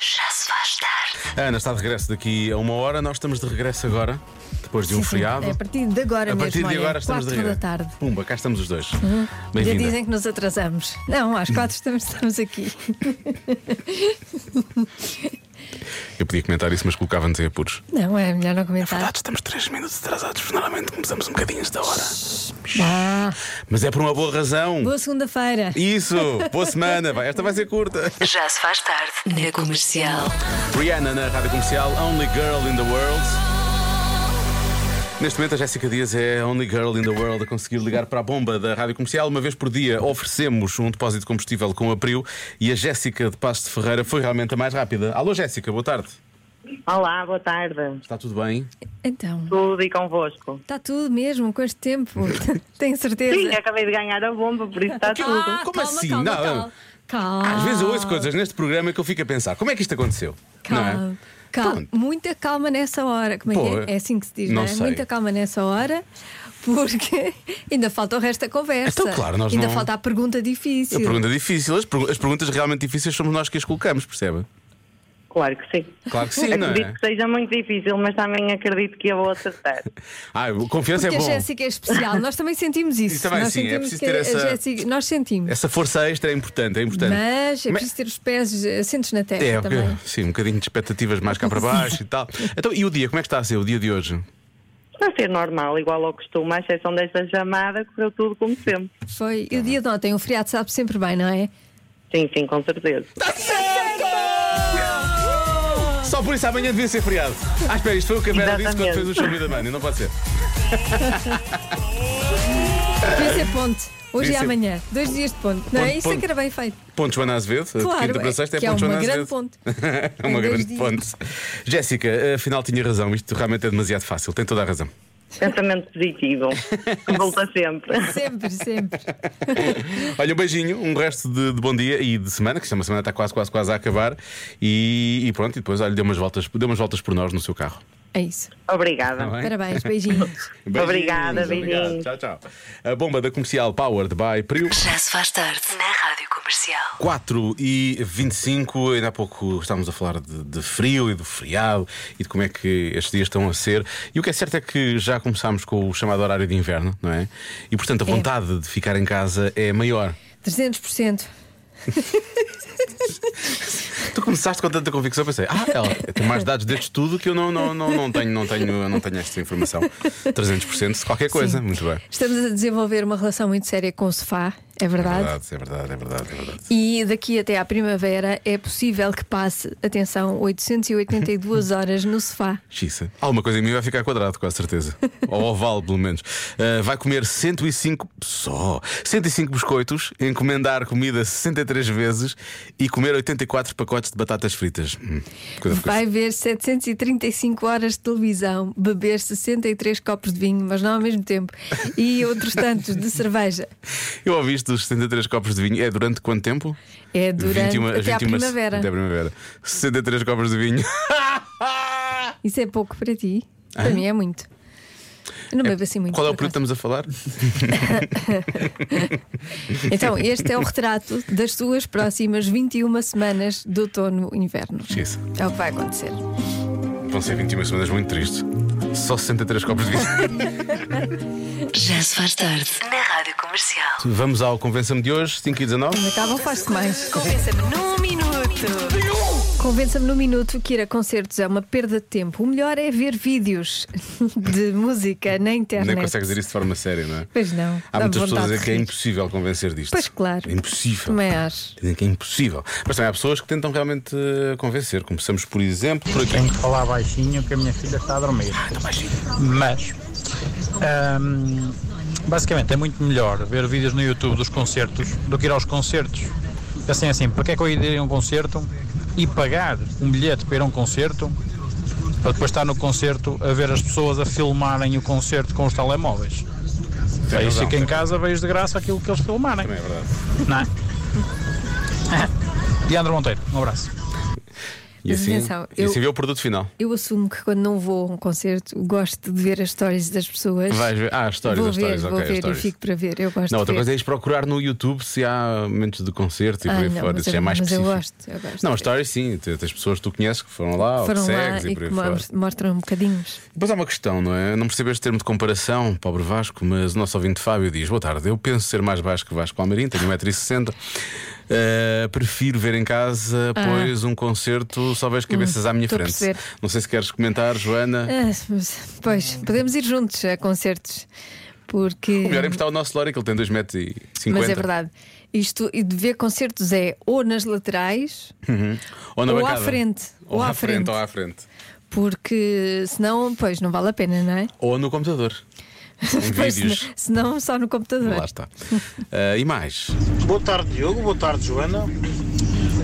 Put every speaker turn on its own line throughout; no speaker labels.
se faz tarde.
A Ana está de regresso daqui a uma hora, nós estamos de regresso agora, depois de um
Sim, sim.
feriado.
É a partir de agora
A
mesmo.
partir de
olha,
agora estamos de
quatro da
regresso.
tarde. Uhum.
Pumba, cá estamos os dois.
Já
Bem-vinda.
dizem que nos atrasamos. Não, às quatro estamos, estamos aqui.
Eu podia comentar isso, mas colocava-nos em apuros.
Não, é melhor não comentar.
estamos 3 minutos atrasados, normalmente começamos um bocadinho antes da hora.
Ah,
Mas é por uma boa razão.
boa segunda-feira.
Isso, boa semana. vai. Esta vai ser curta.
Já se faz tarde na comercial.
Rihanna na rádio comercial Only Girl in the World. Neste momento, a Jéssica Dias é a Only Girl in the World a conseguir ligar para a bomba da rádio comercial. Uma vez por dia oferecemos um depósito de combustível com abril e a Jéssica de Passo de Ferreira foi realmente a mais rápida. Alô, Jéssica, boa tarde.
Olá, boa tarde.
Está tudo bem?
Então,
Tudo e convosco.
está tudo mesmo com este tempo. Tenho certeza.
Sim, acabei de ganhar a bomba, por isso está tudo.
Ah,
é Como
calma,
assim?
Calma,
Não.
calma. calma.
Às vezes eu ouço coisas neste programa que eu fico a pensar: como é que isto aconteceu? Não
Calma.
é?
calma.
Pronto.
Muita calma nessa hora. Como é
Pô,
que é? É assim que se diz,
não
não é?
sei.
Muita calma nessa hora, porque ainda falta o resto da conversa.
Então, claro, nós
ainda
não-
falta a pergunta difícil.
A pergunta é difícil, as, pergu- as perguntas realmente difíceis somos nós que as colocamos, percebe?
Claro que sim.
Claro que sim, não
Acredito
é?
que seja muito difícil, mas também acredito que eu vou acertar.
Ah, confiança
Porque
é
a
bom.
Jéssica é especial, nós também sentimos isso.
Isso também,
nós
sim, é
sentimos
preciso
que
ter
a
essa-
Jéssica- Nós sentimos.
Essa força extra é importante, é importante.
Mas é
Ma-
preciso ter os pés eh, assentos na terra
É,
também.
ok. sim, um bocadinho de expectativas mais cá para baixo e tal. Então, e o dia? Como é que está a ser o dia de hoje?
Está a ser normal, igual ao costume, à exceção desta chamada, correu tudo como sempre.
Foi. E o dia de ontem, o feriado sabe sempre bem, não é?
Sim, sim, com certeza.
Só por isso amanhã devia ser feriado. Ah, espera, isto foi o que a Vera disse quando
Exatamente.
fez o show Me the Money, não pode ser.
Devia ser ponte. Hoje
Devia
e
ser-
amanhã. Dois dias de ponte. Não é?
Ponte,
Isso é
ponte.
que era bem feito.
Ponto Joana Azevedo, de
Claro,
quinta para
é-
sexta é
que é
Ponto Joana
uma grande
Azevedo.
ponte.
É uma
Em dois
grande
dias.
ponte. Jéssica, afinal tinha razão, isto realmente é demasiado fácil, tem toda a razão.
Pensamento positivo, que volta sempre.
Sempre, sempre.
Olha, um beijinho, um resto de, de bom dia e de semana, que isto é uma semana que está quase, quase, quase a acabar. E, e pronto, e depois, olha, deu umas, voltas, deu umas voltas por nós no seu carro.
É isso.
Obrigada.
Tá bem?
Parabéns, beijinhos.
Beijinhos,
Obrigada, beijinhos.
Tchau, tchau. A bomba da comercial Powered by Priu.
Já se faz tarde na rádio comercial.
4 e 25, ainda há pouco estávamos a falar de, de frio e do friado e de como é que estes dias estão a ser. E o que é certo é que já começámos com o chamado horário de inverno, não é? E portanto a vontade de ficar em casa é maior.
300%.
Tu começaste com tanta convicção, pensei, ah, ela tem mais dados deste estudo que eu não, não, não, não tenho, não, tenho, não tenho esta informação. 300% de qualquer coisa, muito bem.
Estamos a desenvolver uma relação muito séria com o sofá, é
É
verdade.
verdade, é verdade, é verdade, é verdade.
E daqui até à primavera é possível que passe, atenção, 882 horas no sofá.
Xissa. Alguma coisa em mim vai ficar quadrado, com a certeza. Ou oval, pelo menos. Ah, vai comer 105 só. 105 biscoitos, encomendar comida 63 vezes e comer 84 pacotes de batatas fritas. Hum, coisa de coisa.
Vai ver 735 horas de televisão, beber 63 copos de vinho, mas não ao mesmo tempo, e outros tantos de cerveja.
Eu ouvi isto dos 63 copos de vinho. É durante quanto tempo?
É durante
21
até à
21
primavera.
Até à primavera. 63 copos de vinho.
Isso é pouco para ti? Para mim é muito. Eu não bebo assim muito.
Qual Ah, é o
por
período que estamos a falar?
acaso. Então, este é o retrato das suas próximas 21 semanas de outono e inverno.
Xissa.
É o que vai acontecer.
Vão ser 21 semanas muito tristes. Só 63 copos de vinho.
Já se faz tarde na rádio comercial.
Vamos ao Convença-me de hoje, 5 e 19.
Acabam, faz-se tá, mais.
Convença-me num minuto.
Convença-me num minuto que ir a concertos é uma perda de tempo. O melhor é ver vídeos de música na internet.
Nem consegues dizer isso de forma séria, não é?
Pois não.
Há
Dá-me
muitas pessoas a
vontade
dizer
de
que é
rir.
impossível convencer disto.
Pois claro.
É impossível.
Também acho.
Dizem que é impossível. Mas também há pessoas que tentam realmente eh, convencer. Começamos, por exemplo, por aqui.
Tenho que falar baixinho que a minha filha está a dormir.
Ah, então
Mas, ahm, basicamente, é muito melhor ver vídeos no YouTube dos concertos do que ir aos concertos. Assim, assim, para que é que eu iria a um concerto e pagar um bilhete para ir a um concerto para depois estar no concerto a ver as pessoas a filmarem o concerto com os telemóveis?
Tem
Aí
razão.
fica em casa, vejo de graça aquilo que eles filmarem.
Também é verdade.
Não é? Leandro Monteiro, um abraço.
E assim,
atenção,
e assim
eu-
vê o produto final.
Eu assumo que quando não vou a um concerto, gosto de ver as histórias das pessoas.
Vais ver. Ah, as histórias,
vou
as
ver,
histórias,
vou
ok. as
ver
histórias.
e fico para ver. Eu gosto
Não,
de
outra
ver.
coisa é ires procurar no YouTube se há momentos de concerto e por
ah,
aí
não,
fora.
mas,
Isso já
eu,
é mais
mas eu
específico.
gosto. Eu gosto
Não, as
de ver.
histórias sim, tem- tens pessoas que tu conheces que foram lá
Foram
ou que
lá
segues e
e
por
que
aí fora.
mo- mostram um bocadinhos.
Depois há uma questão, não é? Não percebo este termo de comparação, pobre Vasco, mas o nosso ouvinte Fábio diz: Boa tarde, eu penso ser mais baixo que Vasco Palmeirim, tenho 1,60m. Uh, prefiro ver em casa, pois um concerto só vejo cabeças à minha
Ah. Hum, estou a
frente.
perceber.
Não sei se queres comentar, Joana.
Ah, mas, pois, podemos ir juntos a concertos. Porque.
O melhor é emprestar o nosso Lori, que ele tem 2,50m.
Mas é verdade. Isto e de ver concertos é ou nas laterais
Ou na
Ou à
bancada.
frente.
Ou, à frente. ou à frente.
Porque senão, pois, não vale a pena, não é?
Ou no computador. Em
Pois,
vídeos.
senão- senão só no computador.
Lá está. Uh, e mais.
Boa tarde, Diogo. Boa tarde, Joana.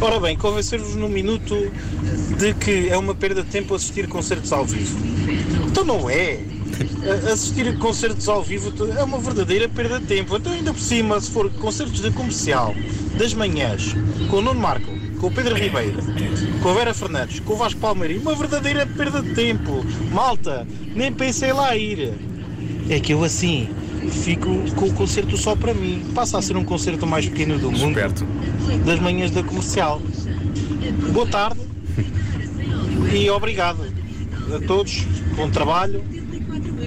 Ora bem, convencer-vos num minuto de que é uma perda de tempo assistir concertos ao vivo. Então não é. A- Assistir a concertos ao vivo é uma verdadeira perda de tempo. Então, ainda por cima, se for concertos de comercial, das manhãs, com o Nuno Marco, com o Pedro Ribeiro, com a Vera Fernandes, com o Vasco Palmeirim, uma verdadeira perda de tempo. Malta, nem pensei lá ir. É que eu assim fico com o concerto só para mim. Passa a ser um concerto mais pequeno do mundo
Esperto.
das manhãs da comercial. Boa tarde e obrigado a todos. Bom trabalho.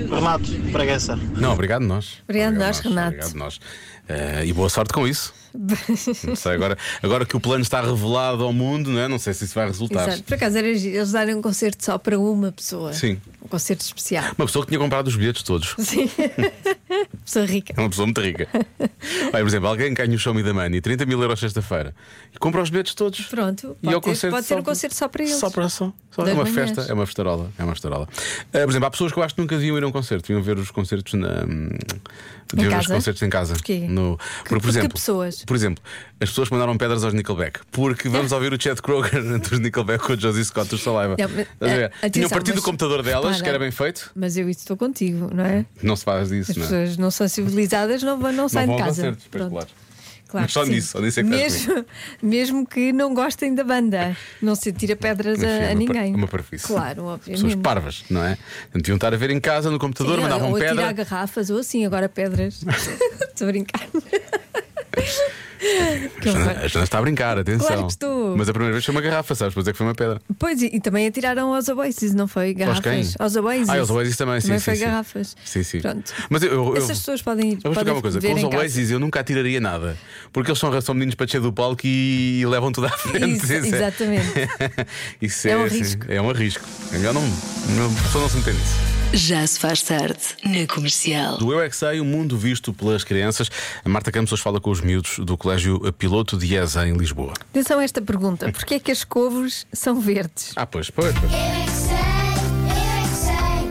Renato Preguiça.
Não, obrigado nós.
Obrigado nós, Renato.
Obrigado nós. Eh, e boa sorte com isso. Não sei, agora, agora que o plano está revelado ao mundo, não, é? não sei se isso vai resultar.
Exato. Por acaso era giro, eles darem um concerto só para uma pessoa.
Sim.
Um concerto especial.
Uma pessoa que tinha comprado os bilhetes todos.
Sim. pessoa rica.
É uma pessoa muito rica. Olha, por exemplo, alguém ganha o show me da money, 30 mil euros sexta-feira, e compra os bilhetes todos.
Pronto,
e ao
pode, ter, pode
só
ser um concerto só para eles.
Só para só. só- é
Das
uma
manhãs.
festa, é uma festarola. É uma festarola. Eh, por exemplo, há pessoas que eu acho que nunca deviam ir a um concerto, deviam ver os concertos na. hum, deviam ver os
casa?
concertos em casa.
Porquê?
No- porque,
Que-
por
porque
exemplo,
pessoas?
Por exemplo, as pessoas que mandaram pedras aos Nickelback, porque vamos ouvir o Chad Kroger dos Nickelback com o Josie Scott dos Saliva.
Não, mas,
Estás a ver?
eh,
Tinham
atenção,
partido
mas
do computador delas,
repara.
que era bem feito.
Mas eu isso estou contigo, não é?
Não se faz
As
disso, não é?
pessoas não são civilizadas, não, vão- não saem
vão
de
ao
casa.
concerto, pois,
Pronto.
claro.
Claro
Mas só
que sim.
nisso, só nisso é que estás
mesmo, mesmo que não gostem da banda, não se tira pedras eh,
Enfim,
a- a,
é uma par-
ninguém.
é Uma parvície.
Claro,
Pessoas
obviamente.
parvas, não é? Portanto, Deviam estar a ver em casa no computador,
Sim,
mandavam
ou a tirar
pedra.
garrafas, ou assim, agora pedras. Estou a brincar. Que
A Joana-
horror.
a Joana está a brincar, atenção.
Claro que estou.
Mas a primeira vez foi uma garrafa, sabes? Depois é que foi uma pedra.
Pois, e, e também atiraram aos Oasis, não foi? Garrafas.
quem?
Oasis.
Ah, aos Oasis também, sim, sim,
foi
sim.
garrafas.
Sim, sim.
Pronto.
Mas eu. eu, eu...
Essas pessoas podem ir.
eu vou explicar
podem
uma coisa,
ver
com os
em casa.
Oasis eu nunca atiraria nada, porque eles são, são meninos para descer do palco e, e levam tudo à frente.
Isso,
é-
exatamente.
Isso
É um
sim,
risco.
É um arrisco. É melhor não. não a pessoa não se meter nisso.
Já se faz tarde na comercial.
Do Eu é que Sei, o mundo visto pelas crianças. A Marta Campos hoje fala com os miúdos do Colégio Piloto de ESA em Lisboa.
Atenção a esta pergunta: porquê é que as couves são verdes?
Ah, pois, pois. pois.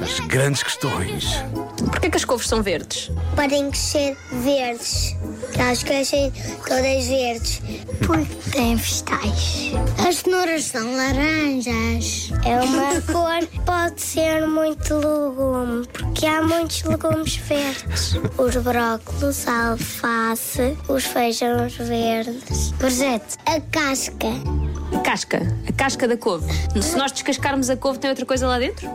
As
As grandes questões.
Porquê que as couves são verdes?
Podem crescer verdes. Elas crescem todas verdes. Porque têm vegetais. As cenouras são laranjas. É uma cor que pode ser muito legume, porque há muitos legumes verdes. Os brócolos, a alface, os feijões verdes. Projeto, a casca.
Casca. A casca da couve. Se nós descascarmos a couve, tem outra coisa lá dentro?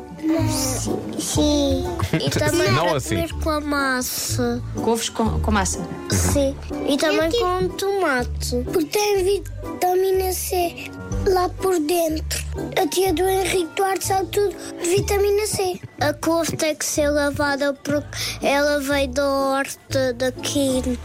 Sim. E também
Não
para
assim.
comer com a massa.
Couves com, com massa.
Sim. E também com tomate. Porque tem vitamina C lá por dentro. A tia do Henrique Duarte sabe tudo de vitamina C. A couve tem que ser lavada porque ela veio da horta, da quinta.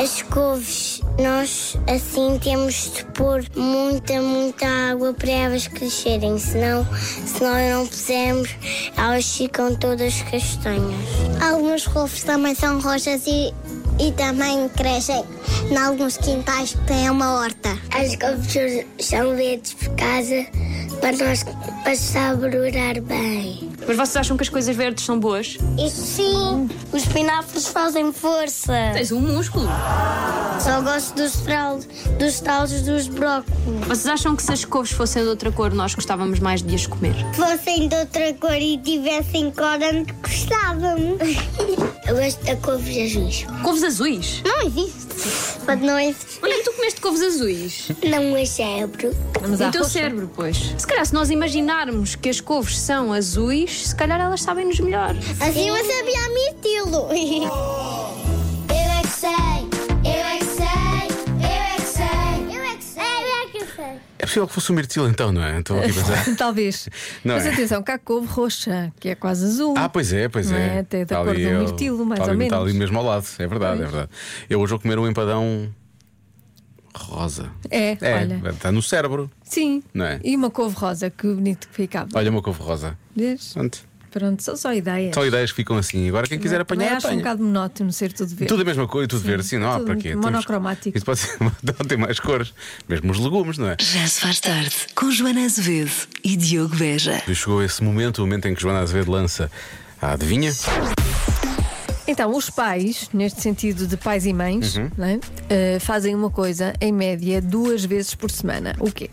As couves, nós assim temos de pôr muita, muita água para elas crescerem, senão, se nós não pusermos, elas ficam todas castanhas. Algumas couves também são roxas e, e também crescem em alguns quintais que têm uma horta. As couves são verdes por casa para nós para saborar bem.
Mas vocês acham que as coisas verdes são boas?
E sim, os pináculos fazem força.
Tens um músculo.
Só gosto dos talos, dos talos dos brócolos.
Vocês acham que se as couves fossem de outra cor, nós gostávamos mais de as comer?
Se fossem de outra cor e tivessem corante, gostavam. Eu gosto da couve de azuis.
Couves azuis?
Não existe. Pode não existir.
Onde é que tu comeste couves azuis?
Não é cérebro.
Mas há
no teu
roxa.
cérebro, pois. Se calhar, se nós imaginarmos que as couves são azuis, se calhar elas sabem-nos melhor.
Assim eu sabia a meu estilo. Eu é que sei. Eu é que sei. Eu é que sei. Eu é que sei. Eu é que sei.
É possível que fosse o mirtilo então, não é? Estou aqui a pensar.
Talvez.
Não
Mas
é.
atenção, cá couve roxa, que é quase azul.
Ah, pois é, pois
Não
é.
é? Até da
Está
cor
ali
do
ao-
mirtilo, mais
está
ou
ali- Está
menos.
ali mesmo ao lado, é verdade, é verdade. Eu hoje vou comer um empadão rosa.
É,
É,
olha.
está no cérebro.
Sim.
Não é?
E uma couve rosa, que bonito que ficava.
Olha uma couve rosa.
Vês?
Pronto.
Pronto, são só ideias.
São ideias que ficam assim. Agora quem quiser
Também
apanhar,
acho um
apanha.
bocado monótono ser tudo verde.
Tudo a mesma cor e tudo verde, sim, não há
tudo
para quê? Temos-
monocromático.
Isso pode ser, não tem mais cores, mesmo os legumes, não é?
Já se faz tarde com Joana Azevedo e Diogo Beja.
E Chegou esse momento, o momento em que Joana Azevedo lança a adivinha.
Então, os pais, neste sentido de pais e mães,
Uhum.
não é? Eh, fazem uma coisa, em média, duas vezes por semana. O quê?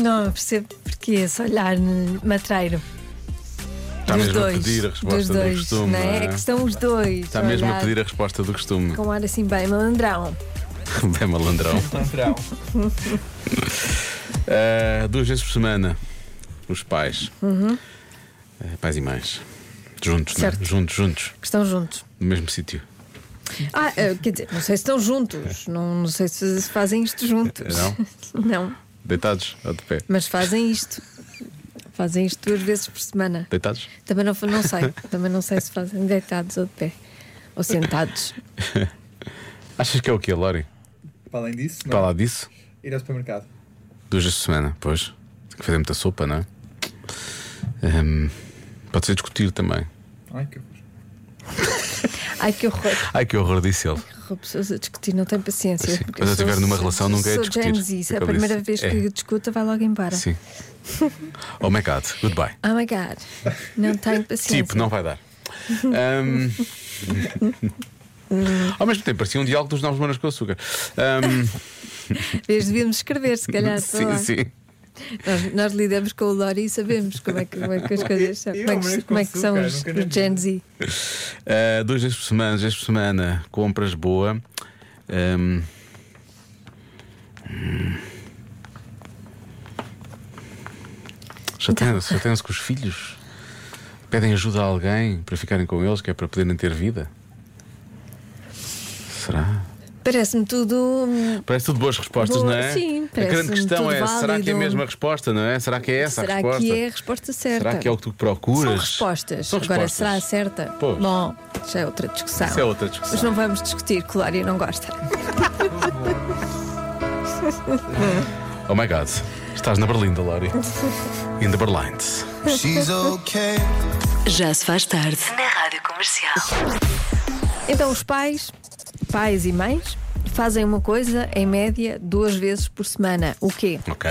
Não percebo porque esse olhar hum, matreiro.
Está
dos
mesmo
dois,
a pedir a
dos
resposta
dois,
do costume.
não é?
não é?
que estão os dois.
Está mesmo a
olhar
pedir a resposta do costume.
Com um ar assim bem malandrão.
Bem malandrão. Ah, duas vezes por semana, os pais. Ah, pais e mães. Juntos, não é?
Uhum. Certo.
Juntos, juntos.
Que estão juntos.
No mesmo sítio.
Ah, eh, quer dizer, não sei se estão juntos. Não, não sei se fazem isto juntos. não.
Deitados ou de pé?
Mas fazem isto. Fazem isto duas vezes por semana.
Deitados?
Também não, não sei. Também não sei se fazem deitados ou de pé. Ou sentados.
Achas que é o quê, Lori?
Para além disso, não. é?
Para lá disso?
ir ao supermercado.
Duas vezes por semana, pois. Tem que fazer muita sopa, não é? Ahm, pode ser discutir também.
Ai, que horror.
Ai que horror.
Ai que horror, disse ele.
horror. Pessoas a discutir, não têm paciência.
Sim,
Porque
quando eu
sou-
estiver numa
sou-
relação, nunca é
sou
discutir.
Gen Z. Se é a
Fica ali.
primeira vez que
É.
discuta, vai logo embora.
Sim. Oh my god, goodbye.
Oh my god. Não tenho paciência.
Tipo, não vai dar. Ahm, Ao mesmo tempo, parecia um diálogo dos novos manos com açúcar. Ahm,
Vez devíamos escrever, se calhar. sei
sim,
lá.
sim.
Nós, nós lidamos com o Lori e sabemos como é que, como é que as coisas são.
Eu,
Como é que,
mas
como é que
com
são
açúcar,
os,
nunca na
os Gen Z.
Ah, duas vezes por semana, duas vezes por semana, compras boa. Ahm, hum. Chateiam-se chateiam-se com os filhos. Pedem ajuda a alguém para ficarem com eles, que é para poderem ter vida. Será?
Parece-me tudo. hum,
Parece tudo boas respostas,
Boa,
não é?
sim,
a grande
parece-me
questão
tudo
é: será que é
válido.
a mesma resposta, não é? Será que é essa a
Será
resposta?
que é a resposta certa?
Será que é o que tu procuras?
São respostas.
São
Agora,
respostas.
será a certa?
Pois.
Bom, já é outra discussão.
Isso é outra discussão.
Mas não vamos discutir, que o Lória não gosta.
Oh my god, estás na Berlinda, Lori. In the Berlines.
Já se faz tarde na Rádio Comercial.
Então, os pais, pais e mães, fazem uma coisa, em média, duas vezes por semana. O quê?
Ok.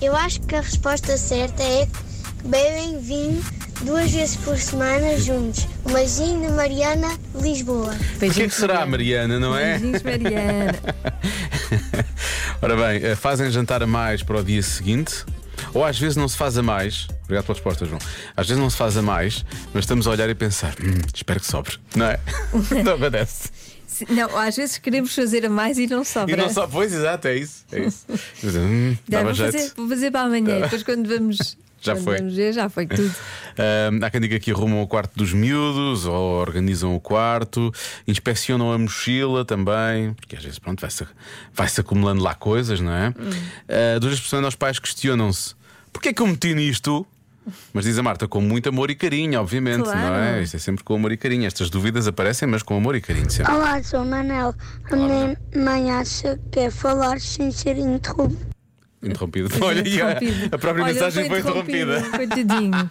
Eu acho que a resposta certa é que bebem vinho duas vezes por semana juntos. Beijinho de Mariana, Lisboa.
O que é que será, Mariana, não é?
Beijinhos, Mariana.
Ora bem, eh, fazem jantar a mais para o dia seguinte, ou às vezes não se faz a mais. Obrigado pela resposta, João. Às vezes não se faz a mais, mas estamos a olhar e pensar, "Hum, espero que sobre, não é? não acontece.
Se- Não, às vezes queremos fazer a mais e não sobra.
E não só, pois, exato, é isso. É isso. Mas, hum,
Já,
dava
vou,
jeito.
fazer, vou fazer para amanhã. Depois, quando vamos.
Já
quando
foi.
Vamos ver, já foi tudo.
Ahm, há quem diga que arrumam o quarto dos miúdos ou organizam o quarto, inspecionam a mochila também, porque às vezes pronto, vai-se vai-se acumulando lá coisas, não é? Ah, duas pessoas, os pais questionam-se: porquê é que eu meti nisto? Mas diz a Marta, com muito amor e carinho, obviamente, não é?
Claro.
Isto é sempre com amor e carinho. Estas dúvidas aparecem, mas com amor e carinho, sempre.
Olá, sou Manel. A minha mãe acha que é falar sem ser interrompido.
Interrompido. Olha, e a-
Interrompido.
a própria
Olha,
mensagem foi interrompida.
Coitadinho.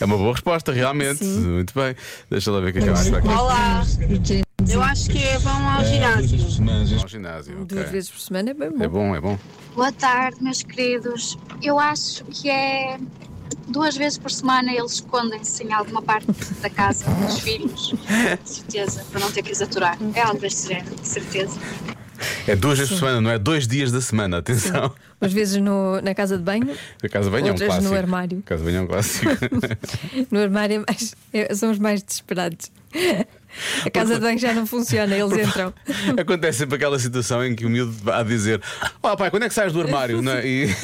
É uma boa resposta, realmente. Muito bem. Deixa lá ver o que é que ela está aqui.
Olá, eu acho que é vão ao ginásio.
Ao ginásio.
Duas
ok.
vezes por semana é bem bom.
É bom, é bom.
Boa tarde, meus queridos. Eu acho que é duas vezes por semana eles escondem-se em alguma parte da casa dos filhos. De certeza, para não ter que os aturar. É algo deste género, de certeza.
É duas vezes
Sim.
por semana, não é dois dias da semana, atenção.
Umas vezes no- na casa de banho,
A casa banho é um
Outras no
clássico.
armário.
A casa banho é um clássico.
no armário é mais, é- são os mais desesperados. A casa de banho já não funciona, eles entram.
Tipo Acontece sempre aquela situação em que o miúdo vai a dizer: Ó pai, quando é que sais do armário? Não é? e...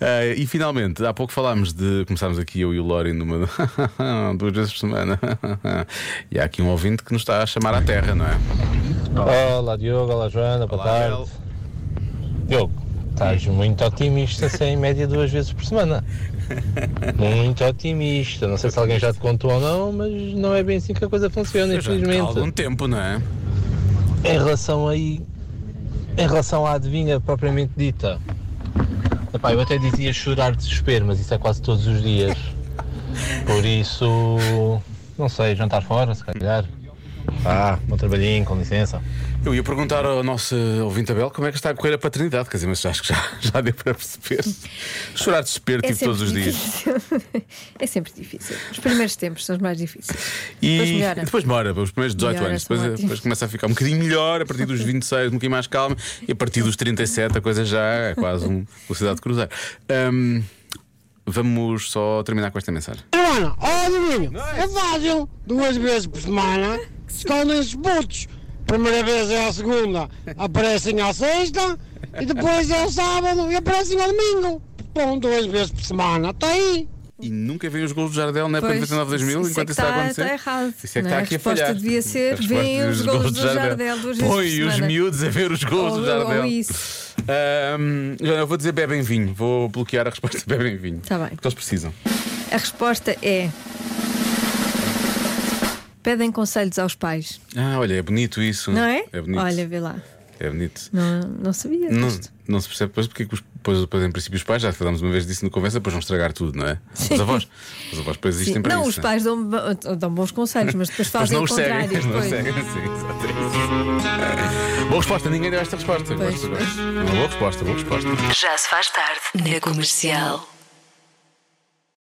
Ah, e finalmente, há pouco falámos de. Começámos aqui eu e o Lori numa. duas vezes por semana. e há aqui um ouvinte que nos está a chamar à terra, não é?
Olá Diogo, olá Joana, boa tarde. Diogo, estás muito otimista se é em média duas vezes por semana. Muito otimista. Não sei se alguém já te contou ou não, mas não é bem assim que a coisa funciona,
Já há algum
infelizmente.
tempo, não é?
Em relação aí. Em relação à adivinha propriamente dita. Epá, eu até dizia chorar de desespero, mas isso é quase todos os dias. Por isso. Não sei, jantar fora, se calhar. Ah, bom trabalhinho, com licença.
Eu ia perguntar ao nosso ouvinte Abel como é que está a correr a paternidade, quer dizer, mas acho que já, já deu para perceber. Chorar de desespero,
É
tipo, todos os dias.
dias. é sempre difícil. Os primeiros tempos são os mais difíceis.
E
Depois melhora.
depois mora, os primeiros 18
Melhora,
anos.
são
Depois,
ótimos.
depois começa a ficar um bocadinho melhor, a partir dos 26, um bocadinho mais calmo, e a partir dos 37 a coisa já é quase um velocidade de cruzar. Ahm, vamos só terminar com esta mensagem.
Joana, ó adivinho, é fácil. Duas vezes por semana escondem-se putos. Primeira vez é a segunda, aparecem à sexta e depois é o sábado e aparecem ao domingo. Bom, duas vezes por semana, está aí.
E nunca veio os gols do Jardel na época de
Pois,
99 2000
isso é
enquanto
que
isso está a
tá-
acontecer.
tá errado,
Isso é que
não é?
está
A
aqui a
resposta
falhar.
devia ser,
A resposta
"Vêm
dos
os golos do Jardel duas vezes
Põe
por
os
semana."
miúdos a ver os gols
Ou-
do
ou
Jardel.
isso.
Ahm, eu vou dizer bebem vinho, vou bloquear a resposta bebem vinho.
Tá bem.
Porque eles precisam.
A resposta é. Pedem conselhos aos pais,
Ah, olha, é bonito isso.
não é?
É bonito.
Olha, vê lá.
É bonito.
Não, não sabia.
Não,
disto.
não se percebe depois porque é que os, depois, depois, em princípio, os pais, já falámos uma vez disso no conversa, depois vão estragar tudo, não é? Os avós. Os avós depois existem
Sim.
para
Não,
isso.
os pais dão, bo- dão bons conselhos, mas depois
é? Mas
fazem
não os
o contrário.
seguem, não os
depois.
seguem, sim, exato, é isso. Boa resposta, ninguém deu esta resposta. Gosto, gosto. Uma boa resposta, boa resposta.
Já se faz tarde na comercial.